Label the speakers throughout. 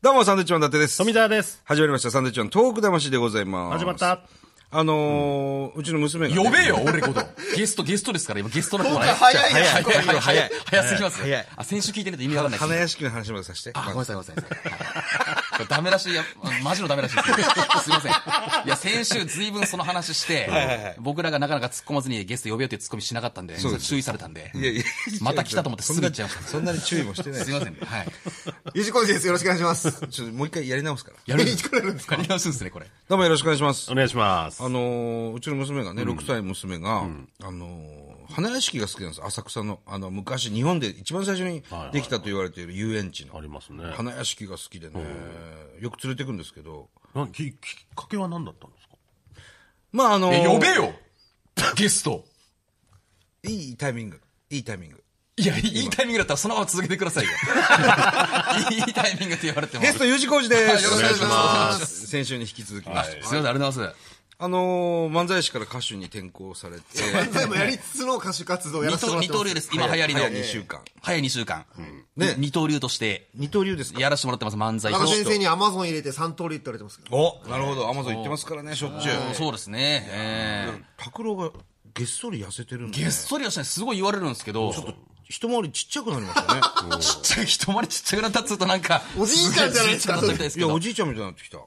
Speaker 1: どうも、サンドウィッチマン伊達です。
Speaker 2: 富澤です。
Speaker 1: 始まりました、サンドウィッチマントーク魂でございます。
Speaker 2: 始まっ。た。
Speaker 1: あのー、うちの娘が、ね。
Speaker 3: 呼べよ、俺こと。ゲスト、ゲストですから、今、ゲストのコーナー。
Speaker 4: 早いよ
Speaker 3: 早い、早い、早い。早すぎますよ。
Speaker 1: 早い
Speaker 3: あ、先週聞いてると意味わかんない
Speaker 1: 花
Speaker 3: です。
Speaker 1: 屋敷の話までさせて。
Speaker 3: あ、ごめん
Speaker 1: ま
Speaker 3: な
Speaker 1: ず
Speaker 3: さい、ごめんなさいごめんなさい。はいダメ出し、いやマジのダメ出しですよ。すいません。いや、先週、ずいぶんその話して、僕らがなかなか突っ込まずにゲスト呼べよっていう突っ込みしなかったんで、
Speaker 1: そうです
Speaker 3: 注意されたんで。
Speaker 1: いやいや、
Speaker 3: また来たと思ってすぐ行っちゃいました
Speaker 1: そんなに注意もしてないです
Speaker 3: い
Speaker 1: す。
Speaker 3: ませんね。はい。
Speaker 4: ゆうじこじです。よろしくお願いします。
Speaker 1: ちょっともう一回やり直すから。
Speaker 3: やるんですかやり直すんですね、これ。
Speaker 1: どうもよろしくお願いします
Speaker 2: お。願いします
Speaker 1: あ。のー、うちの娘がね、6歳娘が、あのー、花屋敷が好きなんです。浅草の、あの、昔日本で一番最初にできたと言われている遊園地の。
Speaker 2: ありますね。
Speaker 1: 花屋敷が好きでね、よく連れてくんですけど。
Speaker 2: なんききっかけは何だったんですか
Speaker 1: まあ、あのー
Speaker 3: え、呼べよゲスト。
Speaker 1: いいタイミング。いいタイミング。
Speaker 3: いや、いいいいタイミングだったらそのまま続けてくだ さいよ。いいタイミングって言われても。
Speaker 1: ゲスト、ゆうじこうじです。。
Speaker 3: よろしくお願いします
Speaker 1: 先週に引き続きま
Speaker 3: はい
Speaker 1: して。
Speaker 3: すいません、ありがとうございます。
Speaker 1: あのー、漫才師から歌手に転向されて、
Speaker 4: 全部やりつつの歌手活動をや
Speaker 3: 二
Speaker 4: らせても
Speaker 3: 刀
Speaker 4: ら
Speaker 3: 二刀流
Speaker 4: ってます。
Speaker 3: です。今流行りの。
Speaker 1: 早2週間。
Speaker 3: 早い2週間。
Speaker 1: ね
Speaker 3: ね。二刀流として、
Speaker 1: 二刀流ですか
Speaker 3: やらせてもらってます、漫才
Speaker 4: 中
Speaker 3: と
Speaker 4: 野先
Speaker 3: し
Speaker 4: 生
Speaker 3: て。
Speaker 4: にアマゾン入れて3刀流って言われてますけど。
Speaker 1: おなるほど。アマゾン行ってますからね、しょっちゅう。
Speaker 3: そうですね。ええ
Speaker 1: 拓郎がげっそり痩せてるんで。
Speaker 3: げっそりはしない、すごい言われるんですけど、ちょっと、
Speaker 1: 一回りちっちゃくなりま したね。
Speaker 3: ちっちゃい、一回りちっちゃくなったっつうとなんか、
Speaker 4: おじいちゃんじゃないですか
Speaker 3: ご ちっちゃくなったみたいで
Speaker 1: い
Speaker 3: すけ
Speaker 1: や、
Speaker 3: ど
Speaker 1: おじいちゃんみたいになってきた。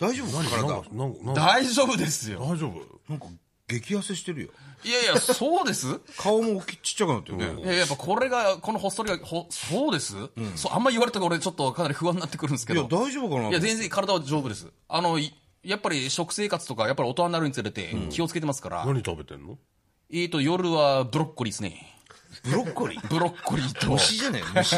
Speaker 1: 大丈夫
Speaker 2: 何
Speaker 1: 体。
Speaker 2: なんか、なんか、
Speaker 3: 大丈夫ですよ。
Speaker 2: 大丈夫
Speaker 1: なんか、激痩せしてるよ。
Speaker 3: いやいや、そうです
Speaker 1: 顔も大きちっちゃくなってるね。
Speaker 3: いや、やっぱこれが、このほっそりが、ほ、そうです、そう、あんま言われたから俺ちょっとかなり不安になってくるんですけ
Speaker 1: いや、
Speaker 3: ど。
Speaker 1: 大丈夫かない
Speaker 3: や、全然体は丈夫です。あの、いやっぱり食生活とか、やっぱり大人になるにつれて気をつけてますから、
Speaker 2: 何食べてんの
Speaker 3: えっと、夜はブロッコリーですね。
Speaker 1: ブロッコリー
Speaker 3: ブロッコリーと、
Speaker 1: 虫じゃない 虫。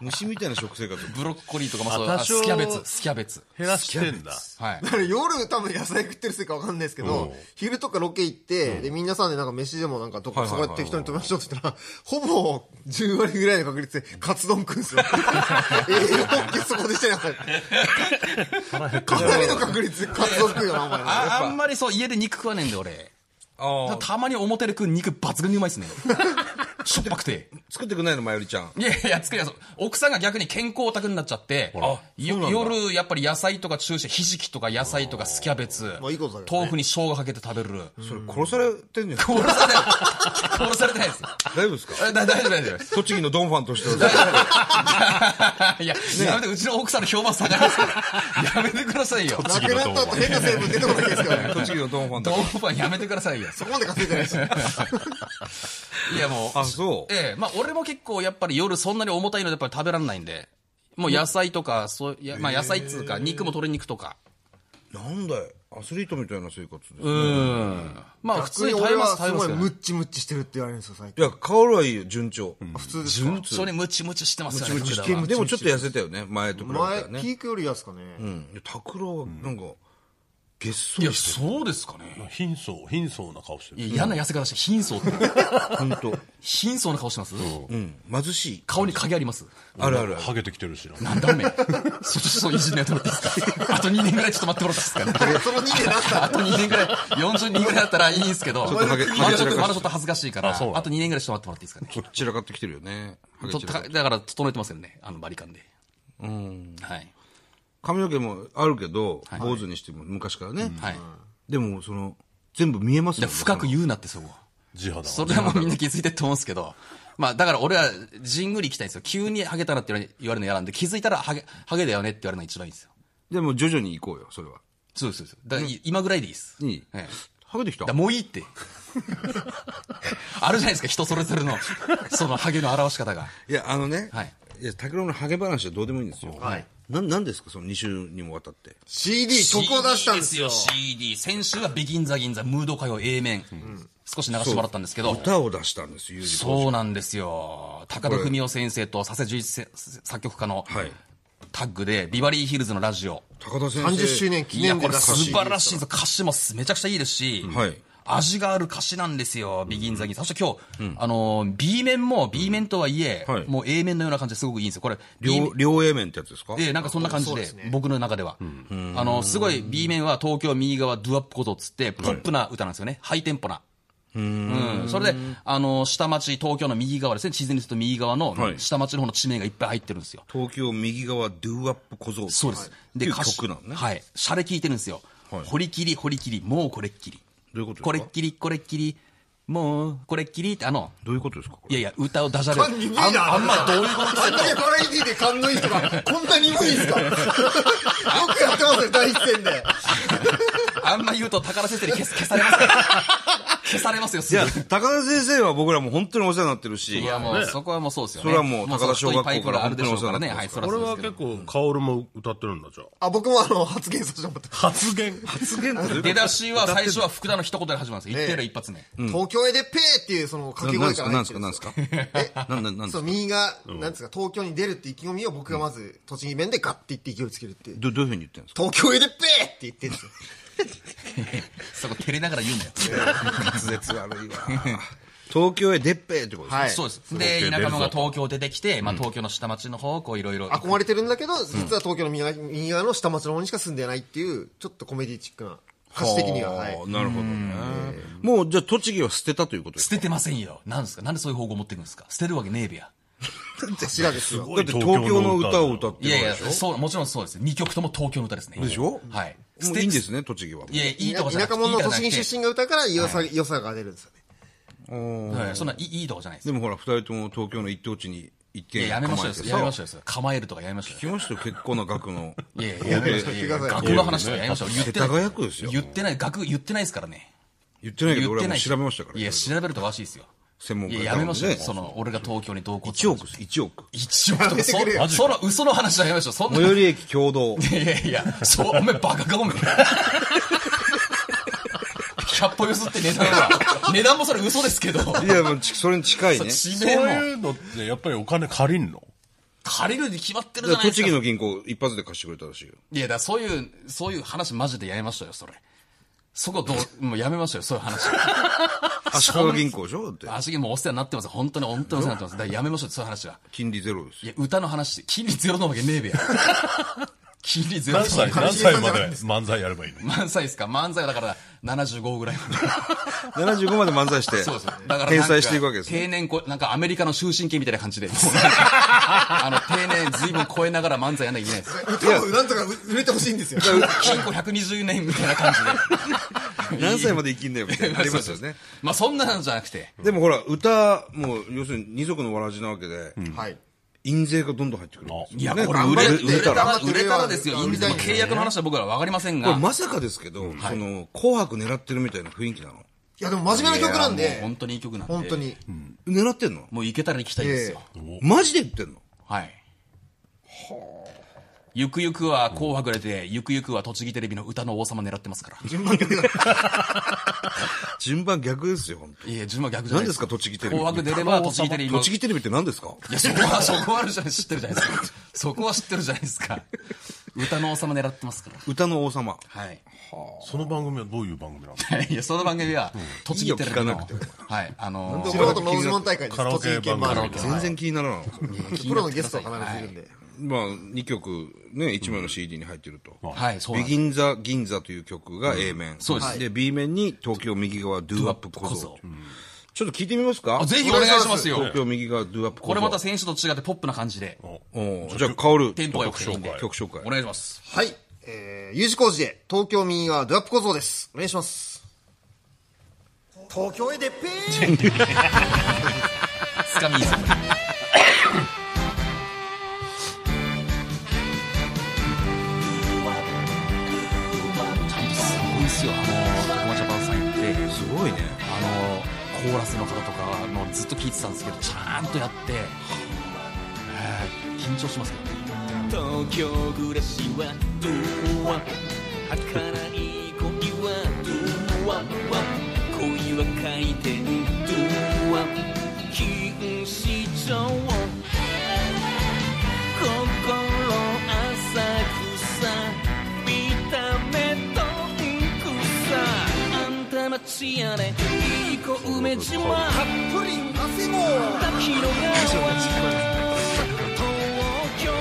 Speaker 1: 虫みたいな食生活。
Speaker 3: ブロッコリーとか、まあ、そう
Speaker 2: あ
Speaker 3: あ
Speaker 2: 多少
Speaker 3: スキャベツ、スキャベツ。
Speaker 2: 減らしてんだ。
Speaker 3: はい。
Speaker 4: だから夜多分野菜食ってるせいかわかんないですけ
Speaker 2: うん
Speaker 4: ど、昼とかロケ行って、で、みんなさんでなんか飯でもなんかどっかそこやって適当に食べましょうって言ったら、ほぼ10割ぐらいの確率でカツ丼食うんですよ。栄養補給そこでしてなかった。かなりの確率でカツ丼食うよな、お前。
Speaker 3: ああんまりそう、家で肉食わねえんで、俺。
Speaker 1: ああ。
Speaker 3: たまに表で食う肉抜群にうまいっすね。 しょっぱくて。
Speaker 1: 作ってくんないの、まよりちゃん。
Speaker 3: いやいや、作りやすい。奥さんが逆に健康オタクになっちゃって、
Speaker 1: らそうなんだ
Speaker 3: よ夜、やっぱり野菜とか中心、ひじきとか野菜とかスキャベツ、
Speaker 4: まあいいことだけどね
Speaker 3: 豆腐に生姜かけて食べる。
Speaker 1: それ殺されてんじゃん。
Speaker 3: 殺されない。殺されてないです。
Speaker 1: 大丈夫ですか
Speaker 3: えだ大丈夫、大丈夫です。
Speaker 1: 栃木のドンファンとしては。
Speaker 3: いや、やめて、うちの奥さんの評判下がりますから。やめてくださいよ。
Speaker 4: なくなった後変な成分出てこないですから ね。
Speaker 1: 栃木のドンファンと
Speaker 3: ド
Speaker 1: し
Speaker 3: ンファンやめてくださいよ。
Speaker 4: そこまで稼いでないし。
Speaker 3: いや、もう
Speaker 1: て。。あ、そう。
Speaker 3: ええ、まあ俺も結構やっぱり夜そんなに重たいのでやっぱり食べられないんで、もう野菜とか、そう、いやまあ野菜っつうか、肉も鶏肉とか。
Speaker 1: なんだよ。アスリートみたいな生活ですね。
Speaker 3: うん。まあ普通
Speaker 4: 普
Speaker 3: に
Speaker 4: 通に
Speaker 3: 食べ
Speaker 4: 俺
Speaker 3: ま
Speaker 4: は
Speaker 3: す、食
Speaker 4: す
Speaker 3: べま
Speaker 4: ご
Speaker 3: す
Speaker 4: い
Speaker 3: けど
Speaker 4: ム
Speaker 3: ね。
Speaker 4: ッチムッチしてるって言われるんですよ、最
Speaker 1: い
Speaker 4: 近。
Speaker 1: や、顔はいいよ、順調。
Speaker 4: 普通です
Speaker 3: 本
Speaker 4: か
Speaker 3: 当にムチムチしてますよね、
Speaker 4: ムチムチ
Speaker 3: 福田
Speaker 4: してる
Speaker 3: は
Speaker 4: ム
Speaker 1: でもちょっと痩せたよね、前と比べた
Speaker 4: 前
Speaker 1: ら、
Speaker 4: ピ
Speaker 1: ね。
Speaker 4: ークより安かね。
Speaker 1: うん。いや拓郎は、なんか、げっそ
Speaker 3: いや、
Speaker 1: りして
Speaker 3: そうですかね。
Speaker 2: 貧相、貧相な顔して
Speaker 3: い
Speaker 2: る。
Speaker 3: や、嫌な痩せ方して、貧相って。
Speaker 1: る。ほんと。
Speaker 3: 貧相な顔してます
Speaker 1: うん。貧しい。
Speaker 3: 顔に影あります。
Speaker 1: あるあるある。
Speaker 2: ハゲてきてるしな。
Speaker 3: なんだめ。 そ、そ、そ、いじんのやってもらっていいですかあと2年ぐらいちょっと待ってもらっていいですかね。
Speaker 4: その2年だった
Speaker 3: あと2年ぐらい、42ぐらいだったらいいんですけど、
Speaker 1: ょっとハゲ
Speaker 3: まだちょっ
Speaker 1: ハゲ散らか
Speaker 3: と
Speaker 1: して
Speaker 3: まだちょっと恥ずかしいから、あ
Speaker 2: あそう
Speaker 3: と2年ぐらいちょっと待ってもらっていいですかね。
Speaker 1: こっちらかってきてるよね。ハゲ
Speaker 3: と
Speaker 1: 散らか
Speaker 3: ただから整えてますよね、あのバリカンで。うん。はい。
Speaker 1: 髪の毛もあるけど、坊主にしても昔からね。
Speaker 3: はい。
Speaker 1: でも、その、全部見えます
Speaker 3: で
Speaker 1: もん
Speaker 3: 深く言うなってそこは。
Speaker 2: 地肌
Speaker 3: それはもうみんな気づいてると思うんですけど。まあだから俺はじんぐり行きたいんですよ。急にハゲたなって言われるの嫌なんで、気づいたらハゲ、ハゲだよねって言われるのが一番いいんですよ。
Speaker 1: でも徐々に行こうよ、それは。
Speaker 3: そうです、そうです。だからい今ぐらいでいいです。
Speaker 1: いい
Speaker 3: ええ
Speaker 1: ハゲてきた
Speaker 3: だからもういいって。 あるじゃないですか、人それぞれの、そのハゲの表し方が。
Speaker 1: いや、あのね、
Speaker 3: はい
Speaker 1: いや、拓郎のハゲ話はどうでもいいんですよ。はい。な、なんですか、その2週にもわたって。
Speaker 4: CD 曲を出したんですよ。
Speaker 3: CD。先週はビギンザギンザ、ムード歌謡 A 面。少し流してもらったんですけど。
Speaker 1: 歌を出したんです、ゆうじこ
Speaker 3: そうなんですよ。高田文夫先生と佐世十一せ作曲家の
Speaker 1: はい
Speaker 3: タッグで、ビバリーヒルズのラジオ。
Speaker 1: 高田先生。
Speaker 4: 30周年記
Speaker 3: いや、
Speaker 4: 念
Speaker 3: これ
Speaker 4: で出した
Speaker 3: 素晴らしいん
Speaker 4: い。
Speaker 3: ですよ歌詞もめちゃくちゃいいですし、
Speaker 1: はい
Speaker 3: 味がある歌詞なんですよ、ビギンザギン。そして今日、あのー、B 面も B 面とはいえ、
Speaker 1: はい
Speaker 3: もう A 面のような感じですごくいいんですよ。これ、B
Speaker 1: 両、両 A 面ってやつですか
Speaker 3: ええなんかそんな感じ
Speaker 4: そう
Speaker 3: で、
Speaker 4: ですね
Speaker 3: 僕の中では。あの、すごい B 面は東京右側ドゥアップことっつって、ポップな歌なんですよね。ハイテンポな。うんそれで、あの、下町、東京の右側ですね、地図にすると右側の
Speaker 1: は、い
Speaker 3: 下町の方の地名がいっぱい入ってるんですよ。
Speaker 1: 東京右側、ドゥーアップ小僧。
Speaker 3: そうです。
Speaker 1: で、
Speaker 3: 歌詞
Speaker 1: 曲なのね。
Speaker 3: はい。シャレ聞いてるんですよ。
Speaker 1: はい
Speaker 3: 掘り切り、掘り切り、もうこれっきり。
Speaker 1: どういうことですか
Speaker 3: これっきり、これっきり、もうこれっきりって、あの、
Speaker 1: どういうことですかこ
Speaker 3: いやいや、歌をダジャレ。
Speaker 4: 勘鈍いな。あんまどういうことあんだけバラエティで勘のいい人が、こんな鈍いんす かよくやってますね、第一線で。
Speaker 3: あんま言うと、高田先生に消す消されますから消されますよ、す
Speaker 1: い
Speaker 3: ぐ
Speaker 1: や。、高田先生は僕らも本当にお世話になってるし、
Speaker 3: いや、もう、そこはもうそうですよ
Speaker 1: そ
Speaker 3: ね。
Speaker 1: れはもう高田小学校から
Speaker 3: もうソフトいっぱいいくらあるでしょうからね。はい、そ
Speaker 1: 本
Speaker 3: れは
Speaker 2: これ
Speaker 3: そうで
Speaker 2: は
Speaker 3: すけ
Speaker 2: 結
Speaker 3: ど。
Speaker 2: 構、薫も歌ってるんだ、じゃあ。
Speaker 4: あ、僕もあの、発言させてもらった。
Speaker 2: 発言。
Speaker 1: 発言ってどういうこと
Speaker 3: 出だしは最初は福田の一言で始まるんですよ。一定の一発目。
Speaker 4: 東京へでペーっていうその掛け
Speaker 1: な
Speaker 4: 声
Speaker 1: んすか
Speaker 4: か
Speaker 1: らなん
Speaker 4: 入っ
Speaker 1: す
Speaker 4: て
Speaker 1: か
Speaker 4: る
Speaker 1: なんん
Speaker 4: ですす
Speaker 1: か
Speaker 4: よ。
Speaker 1: なんなんなんです
Speaker 4: そう、
Speaker 1: か
Speaker 4: 右が、なんですか、東京に出るって意気込みを僕がまず、栃木弁でガッて言って勢いつけるっていう。
Speaker 1: どどういうふうに言ってるんですか
Speaker 4: 東京へでペーって言ってるんですよ。
Speaker 3: そこ照れながら言うなよ。
Speaker 1: 滑舌悪いわ。東京へ出っぺーってことですね
Speaker 4: はい。
Speaker 3: そうです。で、田舎のが東京出てきて、まあ東京の下町の方をこういろいろ。
Speaker 4: 憧れてるんだけど、実は東京の右側右側の下町の方にしか住んでないっていう、ちょっとコメディチックな、歌詞的には。はい
Speaker 1: あーなるほどね。もう、じゃあ、栃木は捨てたということです
Speaker 3: 捨ててませんよ。なんですかなんでそういう方向持ってくんですか捨てるわけねえべや。
Speaker 4: 柱ですよ。
Speaker 1: だって東京の歌を歌って
Speaker 3: い
Speaker 1: る
Speaker 3: や
Speaker 1: わ
Speaker 3: い
Speaker 1: け
Speaker 3: や、
Speaker 1: でしょ
Speaker 3: そう、もちろんそうです。2曲とも東京の歌ですね。
Speaker 1: でしょ
Speaker 3: はい。
Speaker 1: もういいんですね、栃木は。
Speaker 3: いやいや、いいとこじゃな
Speaker 4: 田
Speaker 3: くて
Speaker 4: 舎者の栃木
Speaker 3: いいとこじゃなくて
Speaker 4: 出身が歌うから良さ、良さが出るんですよね。
Speaker 3: はいそんないいいいとこじゃないです
Speaker 1: で。もほら、二人とも東京の一等地に一
Speaker 3: い
Speaker 1: 軒
Speaker 3: や、やめましょう
Speaker 1: 構え
Speaker 3: よ。
Speaker 1: て
Speaker 3: やめ
Speaker 1: さ
Speaker 3: ましょうよ。構えるとかやめましょう
Speaker 1: 来ましたよ、結構な額の。
Speaker 3: よ。いやいや、やめましょう。いやいや額の話とかやめましょう。言っ
Speaker 1: 世
Speaker 3: てな
Speaker 1: 田
Speaker 3: い。
Speaker 1: 谷区ですよ。
Speaker 3: 言ってない、額言ってないですからね。
Speaker 1: 言ってないけど、
Speaker 3: 言
Speaker 1: 俺
Speaker 3: っ
Speaker 1: はも
Speaker 3: てな
Speaker 1: う
Speaker 3: い。
Speaker 1: 調べましたから。
Speaker 3: いや、調べるとおかしいですよ。
Speaker 1: 専門
Speaker 3: い
Speaker 1: 家
Speaker 3: や、やめましょうよ。その、俺が東京に同行
Speaker 1: 1億です、1億。
Speaker 3: 1億とか、
Speaker 4: やめてくれよ
Speaker 3: そその嘘の話はやめましょう。そんな
Speaker 1: 最。寄り駅共 同。
Speaker 3: いやいや、そう、お前バカか、お前。100歩譲って値段は。値段もそれ嘘ですけど。
Speaker 1: いや、もうち、それに近いね。
Speaker 3: 地
Speaker 2: そう
Speaker 3: 名も
Speaker 2: いうのって、やっぱりお金借りんの
Speaker 3: 借りるに決まってる
Speaker 1: だ
Speaker 3: じゃ
Speaker 1: か
Speaker 3: な
Speaker 1: ら
Speaker 3: いで
Speaker 1: 栃
Speaker 3: すか
Speaker 1: 木。の銀行一発で貸してくれたらしいよ。
Speaker 3: いや、だからそういう、そういう話マジでやめましょうよ、それ。そこどう、もうやめましょうよ、そういう話。
Speaker 1: 足利銀行でしょだって。
Speaker 3: 足毛もお世話になってます。本当に、本当にお世話になってます。だからやめましょうよ、そういう話は。
Speaker 1: 金利ゼロです
Speaker 3: い
Speaker 1: よ。
Speaker 3: や、歌の話、金利ゼロなわけねえべや。 金利ゼロな
Speaker 2: 何
Speaker 3: わけねえ
Speaker 2: 歳、何歳まで漫才やればいいの
Speaker 3: 漫才ですか漫才はだから75ぐら いまで。
Speaker 1: 75まで漫才して、
Speaker 3: そうそう。だから。
Speaker 1: 転載していくわけですね
Speaker 3: 定年こ、なんかアメリカの終身刑みたいな感じ で。もうなんかあの、定年ずいぶん超えながら漫才やんなきゃいけないです。
Speaker 4: 歌をなんとか売れてほしいんですよ。
Speaker 3: 金庫120年みたいな感じで。
Speaker 1: 何歳まで生きんだよみ たいな。ありますよね。
Speaker 3: まあそんなのじゃなくて。
Speaker 1: でもほら、歌、もう、要するに二足のわらじなわけで、
Speaker 4: はい。
Speaker 1: 印税がどんどん入ってくるんですよ。
Speaker 3: いや、
Speaker 1: ね
Speaker 3: これ売れ、
Speaker 1: 売
Speaker 3: 売
Speaker 1: れ
Speaker 3: れた
Speaker 1: たら。
Speaker 3: ら、売れたらですよ。
Speaker 4: 売れたら
Speaker 3: 契約の話は僕らはわかりません
Speaker 1: これ
Speaker 3: が。
Speaker 1: まさかですけど、その、紅白狙ってるみたいな雰囲気なの。
Speaker 4: いや、でも真面目な曲なん
Speaker 3: いやもう
Speaker 4: で、
Speaker 3: 本当にいい曲なんで。
Speaker 4: 本当。に。
Speaker 1: 狙ってんの
Speaker 3: もういけたら行きたいんですよ。
Speaker 1: マジで言ってんの
Speaker 3: はい。ゆくゆくは紅白出て、ゆくゆくは栃木テレビの歌の王様狙ってますから。
Speaker 4: 順番曲だ。
Speaker 1: 順番逆ですよ、本当
Speaker 3: いや、順番逆じゃな
Speaker 1: 何
Speaker 3: い
Speaker 1: ですか、栃木テレビ。
Speaker 3: 紅白出れば栃木テレビの
Speaker 1: 栃木テレビって何ですか
Speaker 3: いや、そこは、そこはあるじゃない、知ってるじゃないですか。そこは知ってるじゃないですか。歌の王様狙ってますから。
Speaker 1: 歌の王様。
Speaker 3: はい。
Speaker 2: その番組はどういう番組なの
Speaker 3: いや、その番組は、栃木テレビ
Speaker 1: いいよ
Speaker 3: の
Speaker 1: 聞か、
Speaker 3: はい、あの
Speaker 4: 素
Speaker 3: ー、
Speaker 4: 人の質問大会です。
Speaker 2: カラオ
Speaker 4: 栃
Speaker 2: ケ
Speaker 4: 木県
Speaker 2: 番
Speaker 4: も
Speaker 2: 組
Speaker 4: ある
Speaker 3: カラオケ
Speaker 1: 全然気にならない。
Speaker 4: プロのゲストは必ずいるんで。
Speaker 1: まあ、2曲、ね、1枚の CD に入ってると。
Speaker 3: はい、そうな
Speaker 1: ビ
Speaker 3: んです
Speaker 1: ギン・ザ・銀座という曲が A 面。
Speaker 3: そうです
Speaker 1: で、B 面に東京右側ドゥーアップ小僧。ちょっと聞いてみますか
Speaker 3: あぜひお願いしますよ
Speaker 1: 東。京右側ドゥーアップ小僧。
Speaker 3: これまた先週と違ってポップな感じで、
Speaker 1: おうじゃあ、薫。
Speaker 3: テンポが良くていいんで
Speaker 1: 曲紹介
Speaker 3: お。願いします。
Speaker 4: はい。えー、U 字工事で、東京民はドアップ構造です。お願いします。東京へでっぺー
Speaker 3: つかみいいぞ。ちゃんとすごいんすよ、あのー、コマジャパンさん行って。
Speaker 1: すごいね。
Speaker 3: あのコーラスの方とかあのずっと聞いてたんですけどちゃんとやって、えー緊張しますけどね
Speaker 5: 東京暮らしはどうは儚い恋はどうは恋は回転どうは錦糸町心浅くさ見た目どんくさあんた町やれいい子梅島
Speaker 4: たっぷり汗も
Speaker 5: 広がる東京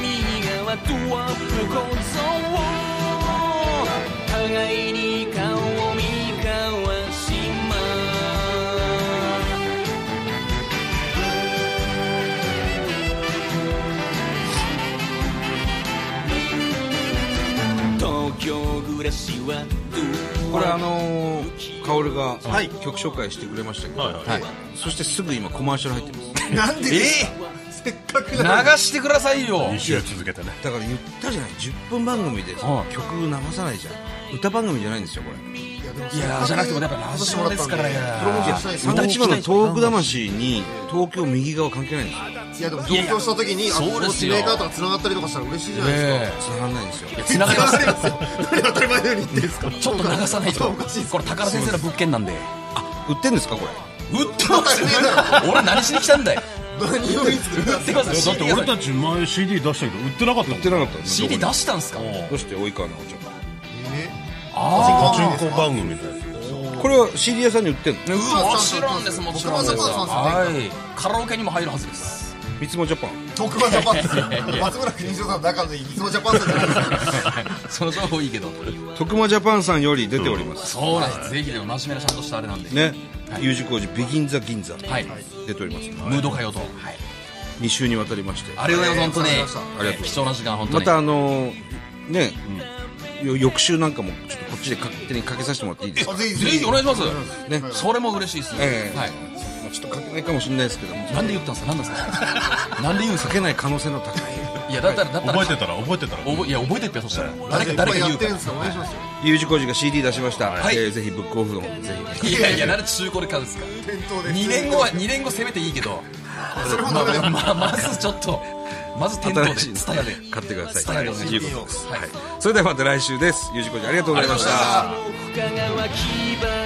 Speaker 5: 右側ドアップ構造互いに顔を見か今日暮らしはどう
Speaker 1: これあのー、カオルが
Speaker 4: い
Speaker 1: 曲紹介してくれましたけど、
Speaker 2: はい
Speaker 4: は
Speaker 1: そしてすぐ今コマーシャル入ってます
Speaker 4: い。なんでですかせっかく
Speaker 3: 流
Speaker 4: なのに
Speaker 3: してくださいよ
Speaker 2: 2週続けてね
Speaker 1: だから言ったじゃない10分番組でさ、
Speaker 3: はい
Speaker 1: 曲流さないじゃん歌番組じゃないんですよこれ
Speaker 4: いやでも
Speaker 3: いやーじゃなくてもやっぱラジオですから
Speaker 4: プ
Speaker 3: や
Speaker 4: ロモーションしないです
Speaker 1: 三口島の東北魂に東京右側関係ないんですよ
Speaker 4: いやでも上京した時にあ
Speaker 3: そう
Speaker 4: の
Speaker 3: ですよ
Speaker 4: メーカーとか繋がったりとかしたら嬉しいじゃないですか、
Speaker 3: え
Speaker 1: 繋がんないんですよ
Speaker 3: えつながりま
Speaker 4: 流
Speaker 3: す
Speaker 4: せますよ何当たり前のように言ってるんですか
Speaker 3: ちょっと流さないと
Speaker 4: おかしいです
Speaker 3: これ宝先生の物件なんで
Speaker 1: 売ってんですかこれ
Speaker 3: 売ってますよ
Speaker 4: 売ってます
Speaker 3: 俺何しに来たんだよ
Speaker 4: 何を言ってるん
Speaker 3: 売ってくだ
Speaker 2: だ
Speaker 3: さい
Speaker 2: って
Speaker 3: CD
Speaker 2: 俺たち前 CD 出したけど売ってなかったも
Speaker 1: 売
Speaker 2: ん
Speaker 1: ってなかったの
Speaker 3: CD
Speaker 1: ど
Speaker 3: 出
Speaker 1: こ
Speaker 3: したんすか
Speaker 1: にどうして及川直ちゃ
Speaker 3: あ
Speaker 2: パチンコ番組みたいなやつ
Speaker 1: んこれは CD 屋さんに売ってんの
Speaker 3: あもちろんですもちろんです
Speaker 4: 僕もそうなん
Speaker 3: はいカラオケにも入るはずです
Speaker 1: 三つもジャパン
Speaker 4: 特番ジャパンですよ松村邦洋さんの中のいつもジャパンさんじゃないで すか
Speaker 3: その情報いいけど
Speaker 1: 徳間ジャパンさんより出ております、
Speaker 3: そうなんですぜひでも真面目なちゃんとしたあれなんで
Speaker 1: ね U 字工事ビギンザ銀座
Speaker 3: はい
Speaker 1: 出ております、
Speaker 3: ムード歌謡とはい
Speaker 1: 2週にわたりまして
Speaker 3: ありがとうございます本当
Speaker 4: あり
Speaker 3: に
Speaker 4: がとう
Speaker 1: ございました
Speaker 3: ね貴重な時間本当
Speaker 1: ま
Speaker 3: に
Speaker 1: たあのーね、よ翌週なんかもちょっとこっちで勝手にかけさせてもらっていいですか
Speaker 4: あぜひ
Speaker 3: ぜひお願いします
Speaker 1: ね
Speaker 3: それも嬉しいです
Speaker 1: ええ
Speaker 3: はい
Speaker 1: まあちょっとかけないかもしれないですけども
Speaker 3: なんで言ったんすかなんです かなんで言うんす
Speaker 1: か
Speaker 3: か
Speaker 1: けない可能性の 高い
Speaker 3: いやだったらだったら
Speaker 2: 覚えてたら覚えてたら
Speaker 3: 覚えいや覚えてってよそしたら誰か
Speaker 4: 誰か
Speaker 3: 誰か
Speaker 4: 誰か
Speaker 3: 言
Speaker 4: や
Speaker 3: う
Speaker 4: っ
Speaker 3: か
Speaker 4: て
Speaker 3: ら
Speaker 4: るんですかお願いしますよ
Speaker 1: U 字工事が CD 出しました、
Speaker 3: はい
Speaker 1: えーぜひブックオフの方もぜ ひ
Speaker 3: いやいやなんで中古で買うんですか
Speaker 4: 店頭で
Speaker 3: 2年後は2年後せめていいけど
Speaker 4: それも
Speaker 3: ま
Speaker 4: ダメ
Speaker 3: あ
Speaker 4: だ
Speaker 3: まあまずちょっとまず店頭で
Speaker 1: 新しいの
Speaker 3: ツタヤで
Speaker 1: 買ってください
Speaker 3: ツタヤでお願いし
Speaker 1: ということです、
Speaker 3: ますはい
Speaker 1: それではまた来週です U 字工事ありがとうございました
Speaker 5: 香川牙